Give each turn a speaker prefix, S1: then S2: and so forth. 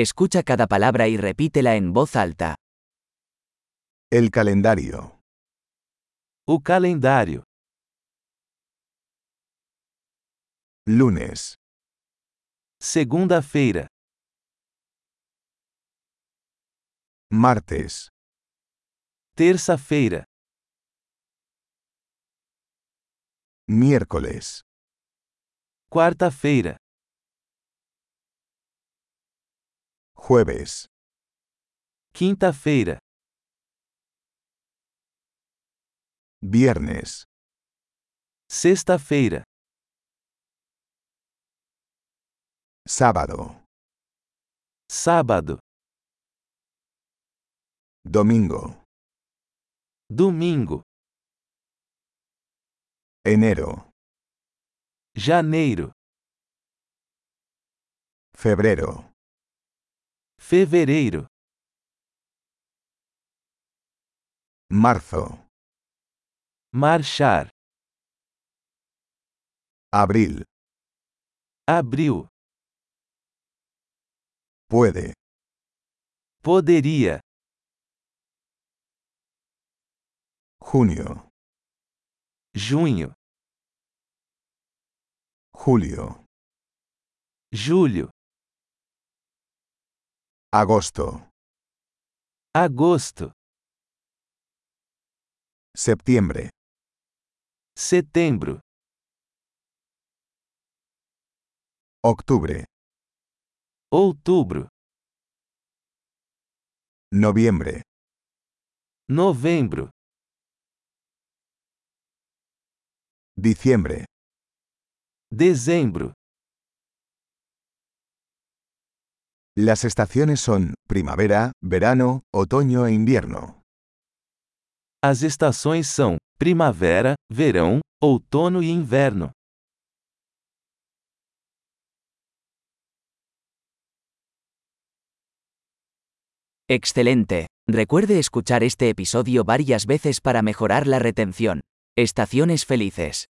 S1: Escucha cada palabra y repítela en voz alta.
S2: El calendario.
S3: O calendário.
S2: Lunes.
S3: Segunda-feira.
S2: Martes.
S3: Terça-feira.
S2: Miércoles.
S3: Quarta-feira.
S2: Jueves.
S3: Quinta-feira.
S2: Viernes.
S3: Sexta-feira.
S2: Sábado.
S3: Sábado.
S2: Domingo.
S3: Domingo.
S2: Enero.
S3: Janeiro.
S2: Febrero.
S3: Fevereiro.
S2: Marzo.
S3: Marchar.
S2: Abril.
S3: Abril.
S2: Puede.
S3: Poderia.
S2: Junio.
S3: Junho.
S2: Julio.
S3: Julho.
S2: Agosto.
S3: Agosto.
S2: Septiembre.
S3: Setembro.
S2: Octubre.
S3: Outubro.
S2: Noviembre.
S3: Novembro.
S2: Diciembre.
S3: Dezembro.
S2: Las estaciones son primavera, verano, otoño e invierno.
S3: As estações são primavera, verão, outono e inverno.
S1: Excelente. Recuerde escuchar este episodio varias veces para mejorar la retención. Estaciones felices.